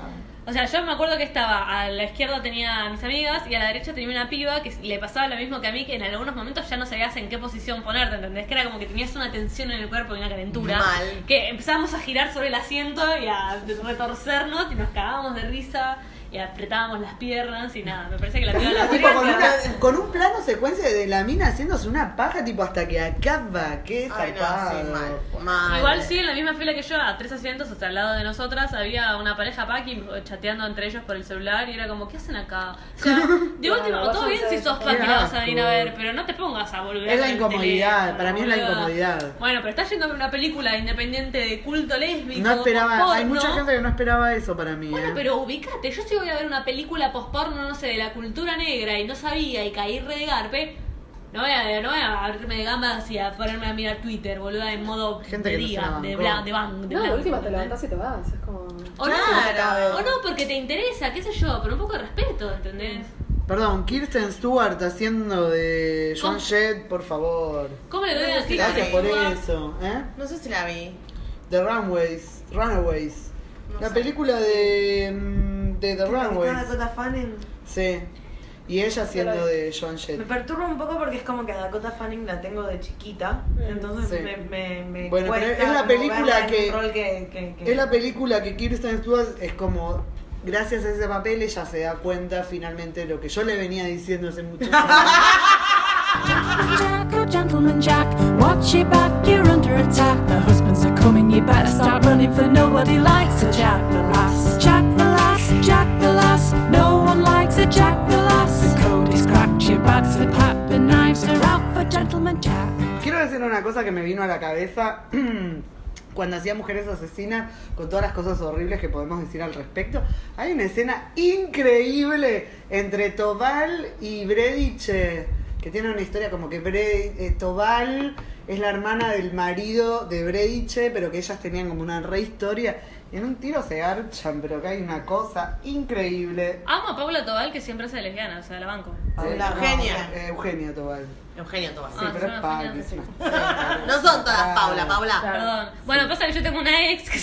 o sea, yo me acuerdo que estaba, a la izquierda tenía a mis amigas y a la derecha tenía una piba que le pasaba lo mismo que a mí, que en algunos momentos ya no sabías en qué posición ponerte, ¿entendés? Que era como que tenías una tensión en el cuerpo y una calentura.
Mal.
Que empezábamos a girar sobre el asiento y a retorcernos y nos cagábamos de risa y apretábamos las piernas y nada. Me parece que la piba la
*laughs* Tipo, con,
la-
una- con un plano secuencia de la mina haciéndose una paja tipo hasta que acaba, qué
Ay,
zarpado.
no, sí, mal. Mal.
Igual sí, en la misma fila que yo, a tres asientos, o sea, al lado de nosotras, había una pareja paqui chateando entre ellos por el celular y era como, ¿qué hacen acá? O sea,
*laughs*
de última,
Claro,
todo bien si sos paqui
Qué
la vas a
asco.
venir a ver, pero no te pongas a volver.
Es la incomodidad, para mí es la incomodidad.
Bueno, pero estás yendo a ver una película independiente de culto lésbico.
No esperaba, hay
porno.
mucha gente que no esperaba eso para mí.
Bueno,
eh.
pero ubícate, yo si voy a ver una película posporno, no sé, de la cultura negra y no sabía y caí re de garpe, no voy a, no voy a abrirme de gambas y a ponerme a mirar Twitter, boluda, en modo
Gente
de
que no se
día,
la bancó.
de, bla- de ban- de
No, la
blanco,
última te
¿entendés?
levantás y te vas. Es como.
O
Claro.
no, o no, porque te interesa, qué sé yo, pero un poco de respeto, ¿entendés?
Perdón, Kirsten Stewart haciendo de John
¿Cómo?
Jett, por favor.
¿Cómo le doy a decir?
Gracias
que
por
tengo-
eso, ¿eh?
No sé si la vi.
The Runways, Runaways.
No
la
sé.
película de, mm, de The
Está
Runaways.
Dakota Fanning.
Sí. Y ella haciendo de John Jett.
Me perturba un poco porque es como que a Dakota Fanning la tengo de chiquita, entonces
Sí.
me, me, me
Bueno, pero
cuesta
es la
como
película
verla en
que-
un rol que, que- que-
Es la película que Kirsten Stewart es como, gracias a ese papel, ella se da cuenta finalmente de lo que yo le venía diciendo hace muchos años.
Jack, oh gentleman Jack, watch your back, you're under attack. The husbands are coming, you better start running, for nobody likes a Jack the Lass. Jack the Lass, Jack the Lass, no one likes a Jack the Lass. The code is cracked, your bags are packed, the knives are out for gentleman Jack.
Quiero decir una cosa que me vino a la cabeza *clears throat* cuando hacía Mujeres Asesinas, con todas las cosas horribles que podemos decir al respecto. Hay una escena increíble entre Tobal y Brediche, que tiene una historia como que Bre- eh, Tobal es la hermana del marido de Brediche, pero que ellas tenían como una re historia. Y en un tiro se archan, pero que hay una cosa increíble.
Amo a Paula Tobal que siempre hace de lesbiana, o sea, la banco.
Paula
no,
Eugenia.
eh, Eugenia Tobal.
Eugenio Tomás.
Sí,
Ah,
pero
sí,
es Paula.
Eugenia,
es una-
No son
Ah.
todas Paula, Paula.
Perdón. Bueno, pasa que yo tengo una ex
*laughs*
que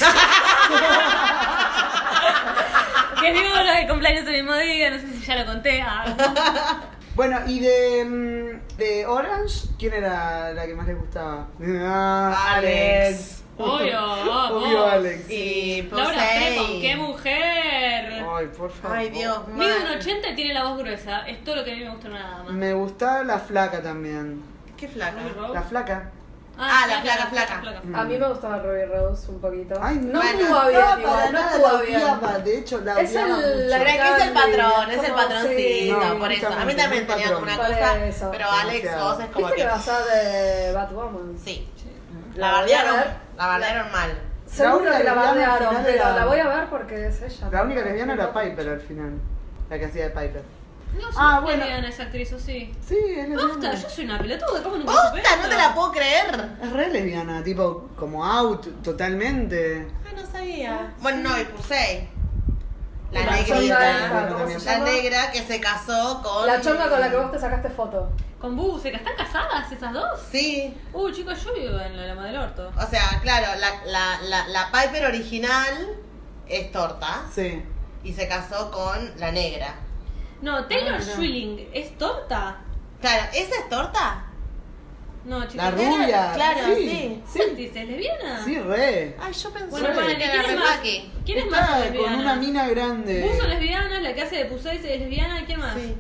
que vivo los de cumpleaños el mismo día, no sé si ya lo conté. Ah.
Bueno, y de, mm, de Orange, ¿quién era la que más le gustaba? Ah,
Alex.
Obvio,
*laughs* Obvio,
vos.
Alex.
Y
Laura Prepon, qué
Posey.
mujer.
Oh,
Ay, por favor.
Ay, Dios mío.
Mide un 80 y tiene la voz gruesa. Es todo lo que a mí me gusta nada más.
Me gustaba la flaca también.
Qué flaca.
La flaca.
Ah, la flaca, flaca.
A mí me gustaba Ruby Rose un poquito.
Mm. Ay,
no
bueno,
estuvo bien,
No,
igual, no
la
estuvo bien.
odiaba, de hecho, la
Es
odiaba
el-
mucho.
la
Pero es que es el patrón, es el
Como, sí,
patroncito,
no,
por eso. A mí
justamente,
también
es un
tenía
patrón.
una
Por
cosa,
eso.
pero Alex
Demasiado.
vos es como
¿Viste que
que...
basada de Batwoman?
Sí,
La
la
voy a
bardearon,
ver.
la bardearon mal.
Seguro
única
que la
lesbiana al
bardearon,
final
pero
era-
la voy a ver porque es ella.
La única lesbiana era Piper al final. La que hacía de Piper.
No,
Ah,
ah,
bueno.
bueno. esa actriz, o sí.
Sí, es lesbiana.
Posta, yo soy una pelotuda, ¿cómo nunca
¡Posta!
supe
¡No
esto?
te la puedo creer!
Es re lesbiana, tipo, como out, totalmente.
Ah, no sabía. Bueno, no, y Pusey. La
La
negra
chonga
querida.
esta, ¿cómo se
La
llama?
negra que se casó con.
La chonga con la que vos te sacaste foto.
Con Buse, que están casadas esas dos.
Sí.
Uh, chicos, yo vivo en la lama del orto.
O sea, claro, la, la, la, la Piper original es torta
Sí.
y se casó con la negra.
Ah, No, Taylor Schilling, ¿es torta?
Claro, ¿esa es torta?
No, chicos.
La rubia.
claro,
sí.
¿Qué dices? ¿Lesbiana?
Sí, re.
Ay, yo pensé
Bueno,
que
ponele,
era
¿quién es más?
remake.
¿Quién es más
Está con
lesbiana?
una mina grande.
Buzo es lesbiana, la que hace de Pusey es lesbiana, ¿quién más?
Sí.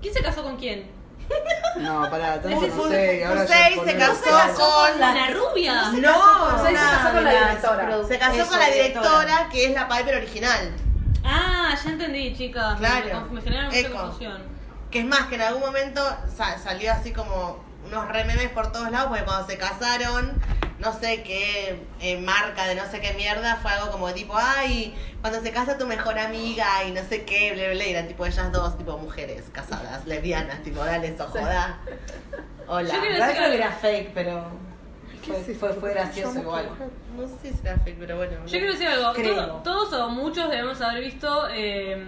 ¿Quién se casó con quién?
*laughs* No, pará, tanto
Ese
no
fue-
sé. y Ahora ya
Pusey se
ponele
casó
todo.
con
La,
La-
rubia.
No,
con- se casó con la
no,
directora.
no, Se casó
Eso,
con la directora que es la Piper original.
Ah, ya entendí, chicas. Me-
Claro.
Me, generaron mucha
Eco.
confusión.
Que es más, que en algún momento sa- salió así como unos rememes por todos lados, porque cuando se casaron, no sé qué eh, marca de no sé qué mierda, fue algo como tipo, ay, cuando se casa tu mejor amiga y no sé qué, bla, bla, bla, y eran tipo ellas dos, tipo mujeres casadas, lesbianas, tipo, dale eso, joda. Hola.
Yo quiero-
La verdad que era fake, pero fue, fue, fue gracioso igual.
No sé si era fake, pero bueno.
Yo quiero decir algo.
Creo.
Todo- todos o muchos debemos haber visto eh,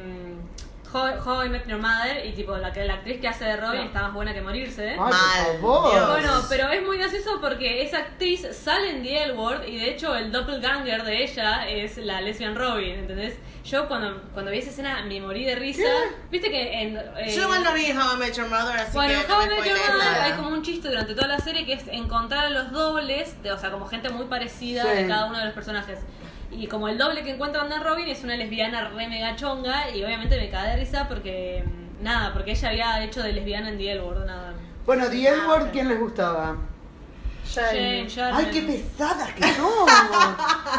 How, How I Met Your Mother y tipo la, que- la actriz que hace de Robin está más buena que morirse.
Ay,
Mal,
por favor.
Dios.
Bueno, pero es muy gracioso porque esa actriz sale en The L Word y de hecho el doppelganger de ella es la lesbian Robin, ¿entendés? Yo cuando, cuando vi esa escena me morí de risa. Viste que en... eh,
Yo igual no vi How I Met Your Mother, así
bueno,
que
How
no
I
me
Met Your
spoilees
Mother
nada.
hay como un chiste durante toda la serie que es encontrar a los dobles, de, o sea, como gente muy parecida
Sí.
de cada uno de los personajes. Y como el doble que encuentran de Robin es una lesbiana re mega chonga y obviamente me cae de risa porque... mm, Nada, porque ella había hecho de lesbiana en The L Word, nada.
Bueno, The Edward, ¿quién les gustaba?
Shane.
Jane,
Ay, qué
Shannon.
pesadas que son.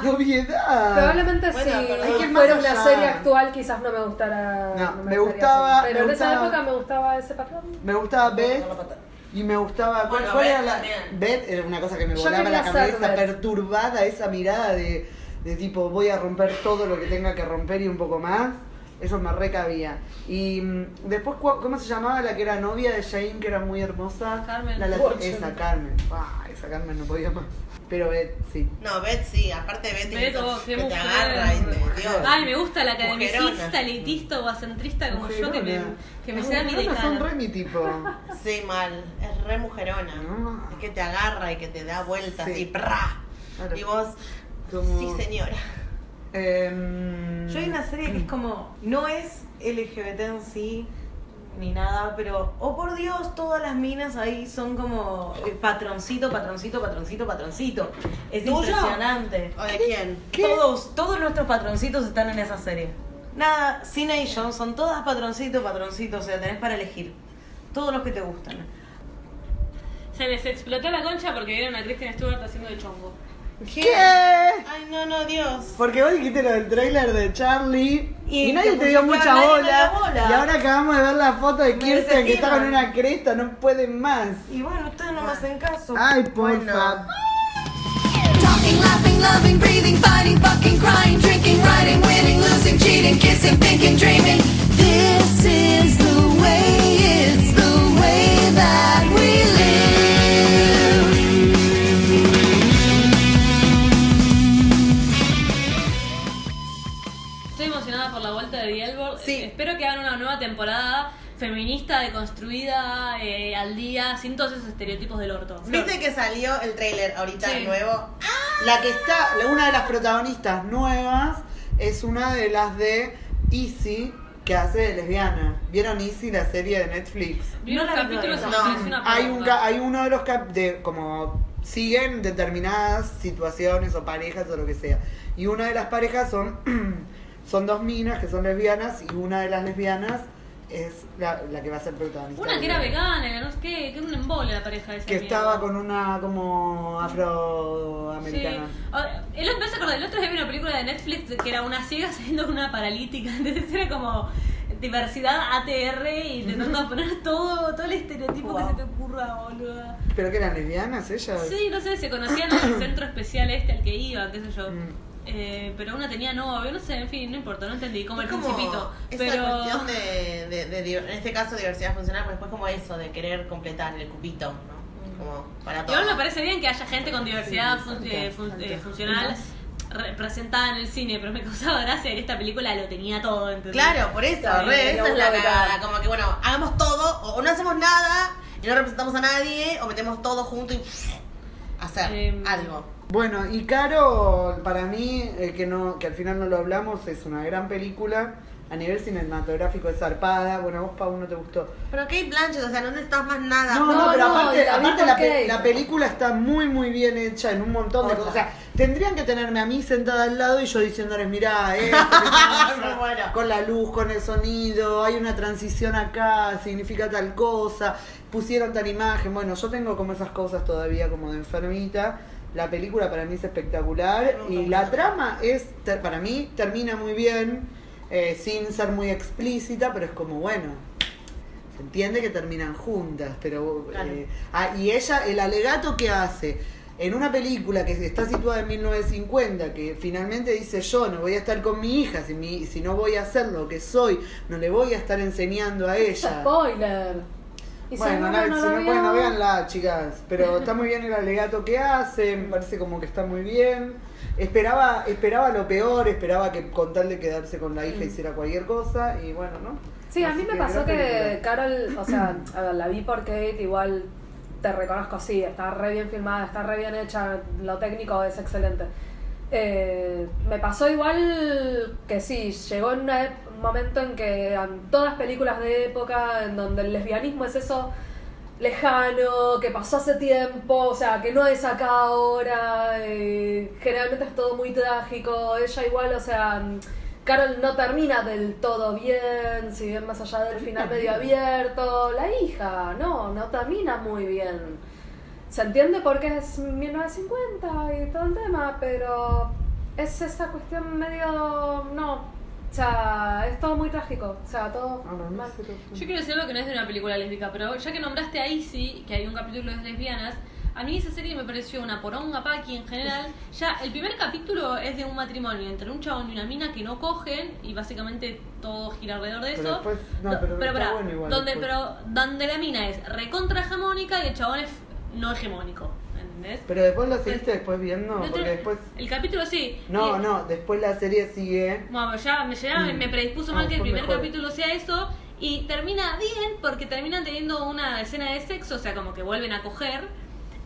La obviedad.
Probablemente
Bueno,
si
pero
hay que ir
fuera
más
una
allá.
serie actual quizás no me gustara.
No, me
gustaría
gustaba-
tanto. Pero
me
en esa
gustaba-
época me gustaba ese patrón.
Me gustaba Beth y me gustaba. ¿Cuál,
Bueno,
cuál
Beth
era la.?
también.
Beth era una cosa que me
Yo
volaba
quería
la cabeza,
ser Beth.
perturbada esa mirada de, de tipo, voy a romper todo lo que tenga que romper y un poco más. Eso me recabía. Y mm, después, ¿cu- ¿cómo se llamaba la que era novia de Jane, que era muy hermosa?
Carmen.
La, la-
Watson.
esa Carmen. Ah, esa Carmen no podía más. Pero Beth, sí.
No, Beth sí, aparte Beth,
Beth,
es-
oh, qué
que te
mujer.
agarra y te Dios.
Ay, me gusta la academicista,
Mujerona.
elitista o centrista como yo que me,
Mujerona.
que me
Las
sea mi
mujeronas son
decana.
re mi tipo.
Sí, mal. Es re mujerona.
No.
Es que te agarra y que te da vueltas
Sí.
y ¡prá!
Claro.
Y vos,
Como-
sí señora.
Em,
Yo hay una serie que es como, no es LGBT en sí, ni nada, pero, oh por Dios, todas las minas ahí son como eh, patroncito, patroncito, patroncito, patroncito. Es
¿Tuyo?
impresionante.
¿O de quién?
Todos, todos nuestros patroncitos están en esa serie. Nada, Cena y John son todas patroncito, patroncito, o sea, tenés para elegir. Todos los que te gustan.
Se les explotó la concha porque vieron a Kristen Stewart haciendo de chongo.
¿Qué?
Ay, no, no, Dios.
Porque vos dijiste lo del tráiler de Charlie y,
Y
nadie
te
te dio
pusiste
mucha
a nadie me
bola,
dio bola.
Y ahora acabamos de ver la foto de Kirsten que está
desestiman.
con una cresta, no pueden más.
Y bueno, ustedes no me hacen caso.
Ay, por
Bueno.
favor.
Talking, laughing, loving, breathing, fighting, fucking, crying, drinking, writing, winning, losing, cheating, kissing, thinking, dreaming. This is the way, it's the way that we live.
Estoy emocionada por la vuelta de The Elbow.
Sí.
Eh, Espero que hagan una nueva temporada feminista, deconstruida, eh, al día, sin todos esos estereotipos del orto.
¿Viste que salió el tráiler ahorita
Sí.
nuevo?
La que está, la- una de las protagonistas nuevas es una de las de Easy que hace de lesbiana. ¿Vieron Easy, la serie de Netflix?
Vi
No
unos
la vi
capítulos y me
todavía.
pareció una
hay un
poronga.
ca- hay uno de los cap de como siguen determinadas situaciones o parejas o lo que sea y una de las parejas son *clears throat* son dos minas que son lesbianas y una de las lesbianas es la, la que va a ser protagonista
Una que era vegana, no sé qué, que era un embole la pareja de esa
que
mierda.
estaba con una como afroamericana
Sí. Ah, El otro, me hace acordar, el otro día vi una película de Netflix que era una ciega *laughs* saliendo con una paralítica. Entonces era como diversidad ATR y intentando poner todo, todo el estereotipo que se te ocurra, boluda.
pero que eran lesbianas ellas
Sí, no sé, se conocían en el centro especial este al que iba, qué sé yo.
Mm.
Eh, pero una tenía novio, no sé, en fin, no importa, no entendí, como
Es
el principito.
esa
Pero
cuestión de, de- de di- en este caso, diversidad funcional, pues después como eso, de querer completar el cupito,
Mm.
¿no? Como para todo.
igual me parece bien que haya gente con diversidad fun- eh, fun- eh, funcional. representada en el cine, pero me causaba gracia que esta película lo tenía todo, ¿entendés?
Claro, por eso,
Claro,
re,
era
esa es
una
la
de cada.
cagada. Como que bueno, hagamos todo, o, o no hacemos nada, y no representamos a nadie, o metemos todo junto y hacer
Em,
algo.
Bueno, y Caro, para mí, eh, que, no, que al final no lo hablamos, es una gran película. A nivel cinematográfico es zarpada. Bueno, a vos, Pau, no te gustó.
Pero Kate Blanchett, o sea, no necesitas más nada.
No, no,
No,
pero
no, y
aparte,
también
aparte la,
porque-
pe- la película está muy, muy bien hecha en un montón de
Otra.
cosas. O sea, tendrían que tenerme a mí sentada al lado y yo diciéndoles, mirá, esto, que pasa",
Me muero.
con la luz, con el sonido, hay una transición acá, significa tal cosa, pusieron tal imagen. Bueno, yo tengo como esas cosas todavía como de enfermita. La película para mí es espectacular y la trama es, ter- para mí, termina muy bien, eh, sin ser muy explícita, pero es como, bueno, se entiende que terminan juntas, pero... eh, ah, y ella, el alegato que hace en una película que está situada en 1950, que finalmente dice yo no voy a estar con mi hija, si, mi- si no voy a hacer lo que soy, no le voy a estar enseñando a ella.
Spoiler. Y si
Bueno,
alguno
la-
no
si
la
no
vio-
pueden, no veanla, chicas.
*laughs*
Pero está muy bien el alegato que hace, me parece como que está muy bien. Esperaba, esperaba lo peor, esperaba que con tal de quedarse con la hija hiciera cualquier cosa y bueno, ¿no?
Sí, a
Así
mí me
que
pasó
gran
que
película.
Carol,
*clears throat*
o sea, a ver, la vi por Kate, igual te reconozco, sí, está re bien filmada, está re bien hecha, lo técnico es excelente. Eh, me pasó igual que sí, llegó en una ep- un momento en que eran todas películas de época, en donde el lesbianismo es eso lejano, que pasó hace tiempo, o sea, que no es acá ahora, eh, generalmente es todo muy trágico, ella igual, o sea, mm, Carol no termina del todo bien, si bien más allá del final medio abierto, la hija, no, no termina muy bien. Se entiende porque es 1950 y todo el tema, pero es esa cuestión medio, no, o sea, es todo muy trágico, o sea, todo
Ah, no, no
mal.
sé lo-
Yo quiero decir algo que no es de una película lésbica, pero ya que nombraste a Izzy, que hay un capítulo de lesbianas, a mí esa serie me pareció una poronga paqui en
*laughs*
general. Ya, el primer capítulo es de un matrimonio entre un chabón y una mina que no cogen y básicamente todo gira alrededor de eso.
Pero después- no,
Do-
pero está
pará,
bueno igual
Donde,
después.
pero donde la mina es recontra hegemónica y el chabón es no hegemónico, ¿entendés?
Pero después lo seguiste después viendo,
No te-
porque después...
El capítulo sí.
No,
Y-
no, después la serie sigue...
bueno, ya me, ya me- me predispuso
Ah,
mal que el
fue
primer
mejor.
capítulo sea eso. Y termina bien porque terminan teniendo una escena de sexo, o sea, como que vuelven a coger.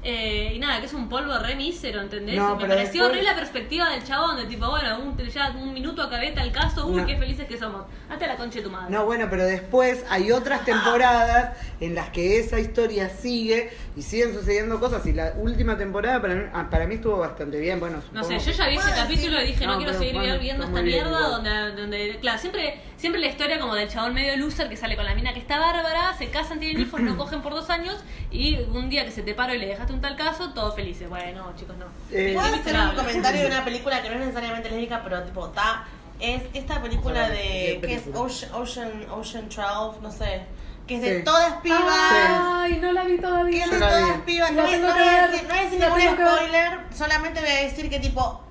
eh, y nada, que es un polvo re mísero, ¿entendés?
No,
Y me
pero
pareció
después-
horrible la perspectiva del chabón, de tipo, bueno, un, ya un minuto acabé tal caso, uy,
No.
qué felices que somos. Hasta la concha de tu madre.
No, bueno, pero después hay
Ah.
otras temporadas en las que esa historia sigue y siguen sucediendo cosas. Y la última temporada para mí, ah, para mí estuvo bastante bien. Bueno,
No
supongo-
sé, yo ya vi ese
Bueno,
capítulo y dije, no,
No,
quiero
pero
seguir
bueno,
viendo
está
esta
muy bien
mierda
igual.
donde, donde- claro, siempre, siempre la historia como del chabón medio loser que sale con la mina que está bárbara, se casan, tienen hijos,
*clears throat*
no cogen por dos años y un día que se te paro y le dejaste un tal caso, todos felices. Bueno, chicos, no.
Eh,
Qué
¿Puedo hacer un
miserable.
comentario de una película que no es necesariamente lésbica, pero tipo, está. Es esta película
Vamos a ver,
de.
¿qué
que es
película?
Ocean, Ocean, Ocean 12, no sé. Que es de
Sí.
todas pibas.
Ay, no la vi
Que
todavía.
es
Yo
de
la
todas
vi.
pibas.
La
No, es-
tengo
no
que
voy a
ver.
decir, no voy a decir
La
ningún
tengo que ver.
spoiler, solamente voy a decir que, tipo,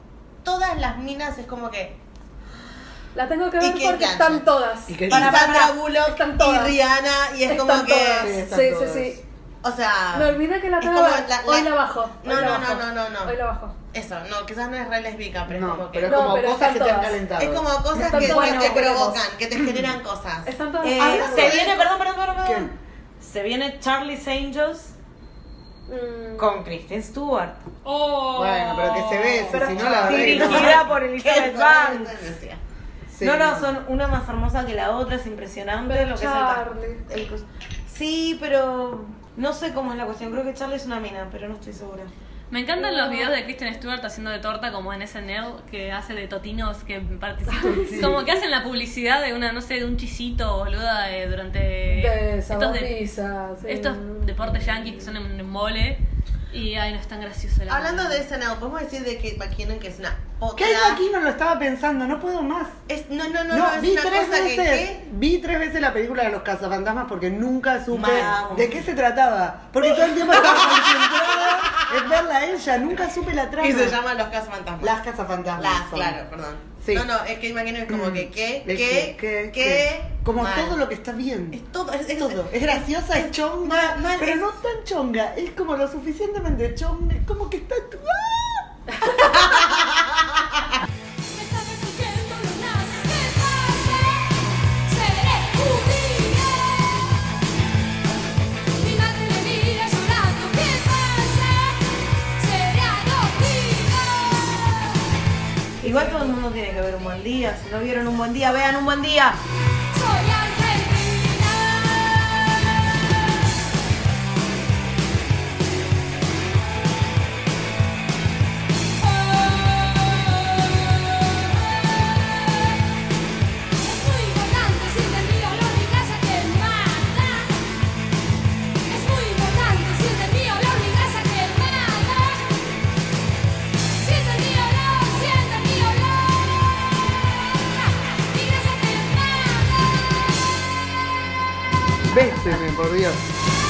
todas las minas es como que.
La tengo que
Y
ver
que
porque
engancha.
están todas.
Y que-
Y
Para,
Sandra Bullock
Están todas.
y Rihanna, y es
Están
como que.
todas.
Sí, están
Sí, sí,
todas.
sí.
O sea.
Me olvidé que la
es
tengo
como
que ver.
la-
Hoy
la-
la bajo.
No,
Hoy la
no,
bajo.
no, no, no, no.
Hoy la bajo.
Eso, no, quizás no es re lésbica, pero es
no,
como que.
pero es
No,
como
pero
cosas
están
que te han
todas.
calentado.
Es como cosas
Están
que,
todas,
que te
no, queremos.
provocan, que te generan cosas. *laughs*
Están todas- Ah,
Eh,
Hablando
se
de-
viene, perdón, perdón, perdón, perdón.
¿Quién?
Se viene Charlie's Angels
Mm,
con Kristen Stewart.
*laughs* Oh.
Bueno, pero que se ve,
Pero
si no la verdad que no.
Dirigida por
Qué
Elizabeth
horror,
Banks.
decía.
Sí.
No, no, son una más hermosa que la otra, es impresionante lo que es el ca-
Charlie.
el cos- Sí, pero no sé cómo es la cuestión. Creo que Charlie es una mina, pero no estoy segura.
Me encantan
Oh.
los videos de Kristen Stewart haciendo de torta como en SNL que hace de totinos que
*laughs*
participan. Como que hacen la publicidad de una, no sé, de un chisito, boluda, de- durante
De
estos de-
Saboriza. sí.
Estos deportes yanquis que son en, en mole. Y ay, no es tan gracioso. la
Hablando
verdad.
de SNL, podemos decir de Kate McKinnon que es una
¿Qué
potra.
hay aquí? No lo estaba pensando, no puedo más.
Es, no, no,
No,
no, no, es
vi
una
tres
cosa que.
veces,
¿qué?
vi tres veces la película de los cazafantasmas porque nunca supe
Vamos.
de qué se trataba. Porque todo el tiempo
*laughs*
estaba concentrada en verla a ella, nunca supe la trama.
Y se llama Los Cazafantasmas.
Las cazafantasmas.
Las,
son.
claro, perdón.
Sí.
No, no, es Kate McKinnon es como Mm. que, ¿qué?
El
¿Qué?
que- que-
¿Qué?
que- Como
Mal.
todo lo que está bien.
Es todo, es,
Es
es-
todo. Es graciosa, es chonga,
mal, mal,
pero
es-
no tan chonga. Es como lo suficientemente chonga. Es como que está. ¡Ah!
tiene que ver un buen día. Si no vieron un buen día, vean un buen día.
Soy argentina. Es muy importante si te miro olor mi casa te mata. Es muy importante si te miro olor mi casa te mata. Siente mi olor, siente mi olor. Mi casa te mata.
Béseme, por Dios.